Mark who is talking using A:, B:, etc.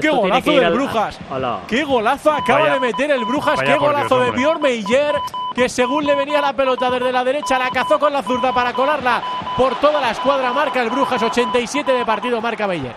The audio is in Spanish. A: ¡Qué
B: Esto tiene
A: golazo
B: que ir
A: del
B: al-
A: Brujas!
B: a- a la-
A: ¡Qué golazo acaba
C: Vaya-
A: de meter el Brujas!
C: vaya
A: ¡Qué
C: por Dios,
A: golazo de
C: hombre.
A: Bjorn Meyer! Que según le venía la pelota desde la derecha, la cazó con la zurda para colarla por toda la escuadra. Marca el Brujas 87 de partido, marca Meyer.